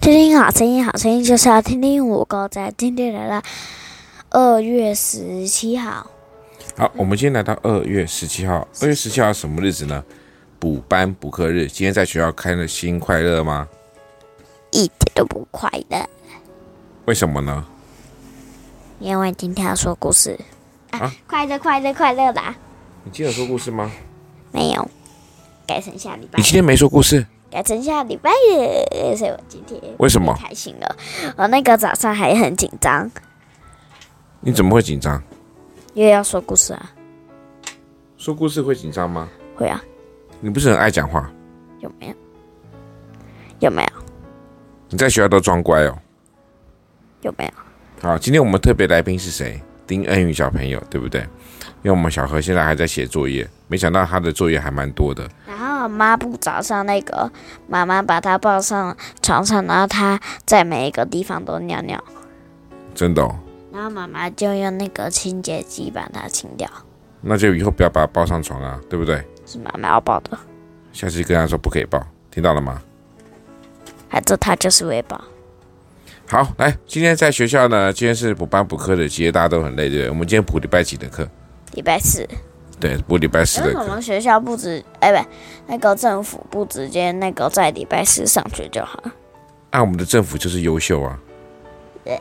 听听好声音，好声音就是要听听我狗仔。今天来到二月十七号，好，我们今天来到二月十七号。二月十七号什么日子呢？补班补课日。今天在学校开的心快乐吗？一点都不快乐，为什么呢？因为今天要说故事啊，啊快乐快乐快乐啦！你今天有说故事吗？没有，改成下礼拜你，今天没说故事，改成下礼拜耶！所以我今天为什么？太心了，我那个早上还很紧张，你怎么会紧张？因为要说故事啊，说故事会紧张吗？会啊，你不是很爱讲话？有没有？有没有？你在学校都装乖哦。有没有？好，今天我们特别来宾是谁？丁恩宇小朋友，对不对？因为我们小何现在还在写作业，没想到他的作业还蛮多的。然后抹布早上那个妈妈把他抱上床上，然后他在每一个地方都尿尿，真的哦，然后妈妈就用那个清洁剂把它清掉，那就以后不要把他抱上床啊，对不对？是妈妈要抱的，下次跟他说不可以抱，听到了吗？还是他就是会抱。好，来，今天在学校呢，今天是补班补课的，其实大家都很累，对不对？我们今天补礼拜几的课？礼拜四，对，补礼拜四为的什课。么学校不直？哎，不，那个政府不直接那个在礼拜四上学就好？啊，我们的政府就是优秀啊对。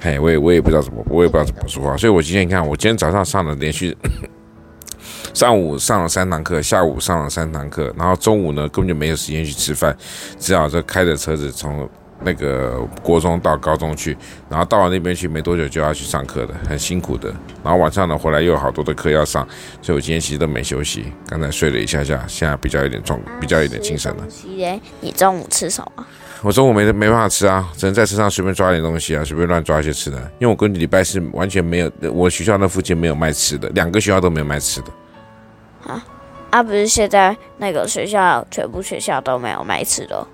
嘿，我也我也不知道怎么，我也不知道怎么说话，啊所以我今天你看，我今天早上上了连续， 上午上了三堂课，下午上了三堂课，然后中午呢根本就没有时间去吃饭，只好就开着车子从那个国中到高中去，然后到了那边去没多久就要去上课了，很辛苦的。然后晚上呢回来又有好多的课要上，所以我今天其实都没休息，刚才睡了一下下，现在比较有点状，比较有点精神啊啊了。。你中午吃什么？我中午没没办法吃啊，只能在车上随便抓点东西啊，随便乱抓一些吃的。因为我跟礼拜四完全没有，我学校那附近没有卖吃的，两个学校都没有卖吃的。啊，不是现在那个学校全部学校都没有卖吃的哦，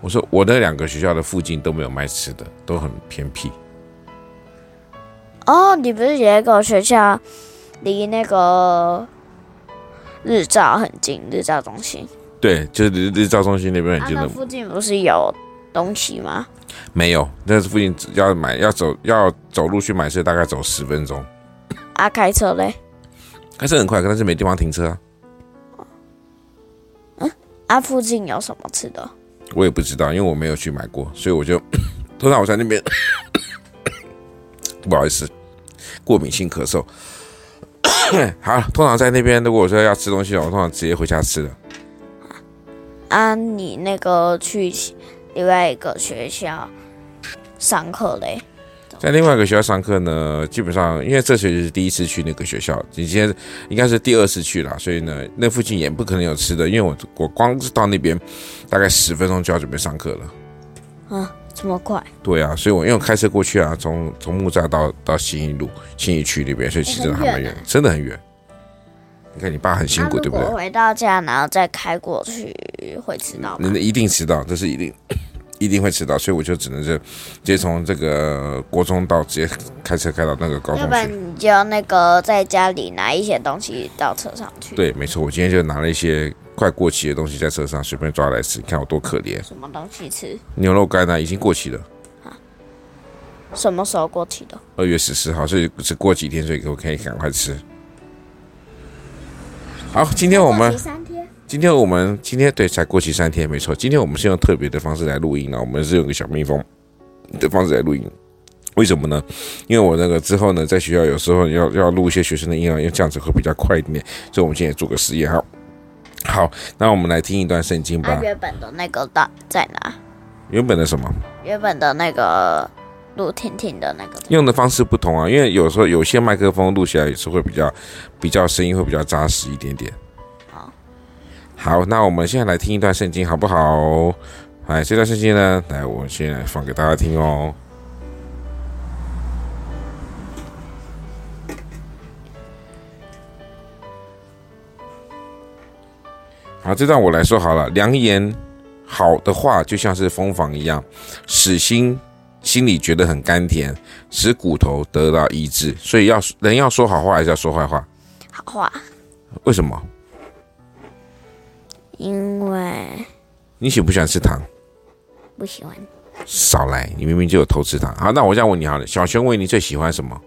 我说我那两个学校的附近都没有卖吃的，都很偏僻。哦，你不是有一个学校离那个日照很近，日照中心？对，就是日日照中心那边啊很，近那的，附近不是有东西吗？没有。那附近只要买要走要走路去买吃，大概走十分钟，啊，开车嘞？开车很快，但是没地方停车啊。啊，附近有什么吃的？我也不知道，因为我没有去买过，所以我就 通常我在那边 不好意思，过敏性咳嗽。 好，通常在那边，如果我说要吃东西，我通常直接回家吃的。啊，你那个去另外一个学校上课嘞？在另外一个学校上课呢，基本上因为这学期是第一次去那个学校，你今天应该是第二次去了，所以呢，那附近也不可能有吃的，因为我我光是到那边大概十分钟就要准备上课了。啊，这么快？对啊，所以我因为我开车过去啊，从从木栅到到新一路新一区那边，所以其实真的还蛮很远远欸，真的很远。你看你爸很辛苦，啊、对如不果对？回到家然后再开过去，会迟到吗人？一定迟到，这是一定一定会迟到，所以我就只能是直接从这个国中到直接开车开到那个高要中不然去。你就那个在家里拿一些东西到车上去。，对，没错，我今天就拿了一些快过期的东西在车上随便抓来吃，你看我多可怜。什么东西吃？牛肉干呢、啊已经过期了，什么时候过期的？二月十四号，所以只过几天，所以我可以赶快吃。好，今天我们三天。今天我们今天对才过期三天，没错。今天我们是用特别的方式来录音啊，我们是用个小蜜蜂的方式来录音。为什么呢？因为我那个之后呢，在学校有时候要要录一些学生的音啊，因为这样子会比较快一点。所以我们今天也做个实验哈。好，那我们来听一段圣经那、吧。啊原本的那个到在哪？原本的什么？原本的那个陆婷婷的那个在用的方式不同啊，因为有时候有些麦克风录起来也是会比较比较声音会比较扎实一点点。好，好，那我们现在来听一段圣经好不好？哎，这段圣经呢，来，我先来放给大家听哦。好，这段我来说好了。良言好的话，就像是蜂房一样，使心心里觉得很甘甜，使骨头得到医治。所以要人要说好话，还是要说坏话？好话，为什么？因为你喜不喜欢吃糖？不喜欢少来，你明明就有偷吃糖。好，那我想问你好了，小熊维尼最喜欢什么？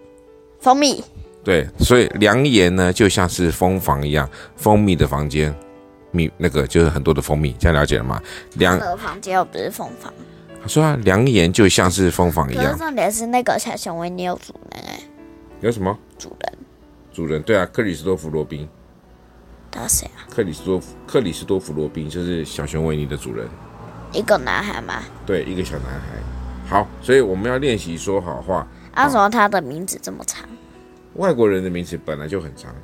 蜂蜜。对，所以良言呢，就像是蜂房一样，蜂蜜的房间，蜜那个就是很多的蜂蜜，这样了解了吗？良，和房间又不是凤房，他说啊，良言就像是蜂房一可是样，重点是那个小熊维尼有主人哎、有什么主人主人？对啊，克里斯多夫罗宾，他谁啊？克里斯多夫克里斯多夫罗宾就是小熊维尼的主人，一个男孩吗？对，一个小男孩。好，所以我们要练习说好话。啊为什么他的名字这么哦长？外国人的名字本来就很长，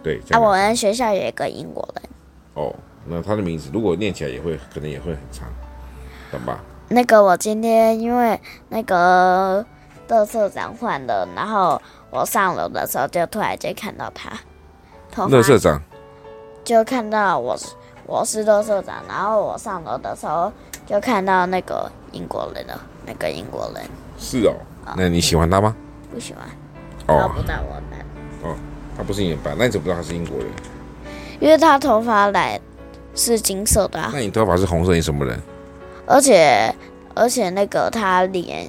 对，这啊，样我们学校有一个英国人，哦，那他的名字如果念起来也会，可能也会很长，懂吧？那个我今天因为那个乐色长换了，然后我上楼的时候就突然间看到他，头乐社发长，就看到我是我是乐色长，然后我上楼的时候就看到那个英国人了，那个英国人是哦，那你喜欢他吗？不喜欢，他哦不，到我那，哦，他不是你的班，那你怎么知道他是英国人？因为他头发来是金色的、啊，那你头发是红色，你什么人？而且而且那个他脸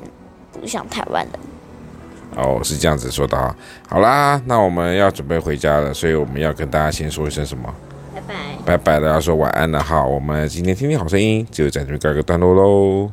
不像台湾人，哦，是这样子说的啊。好啦，那我们要准备回家了，所以我们要跟大家先说一声什么？拜拜。拜拜了，要说晚安了。好，我们今天听听好声音就在这边告一个段落喽。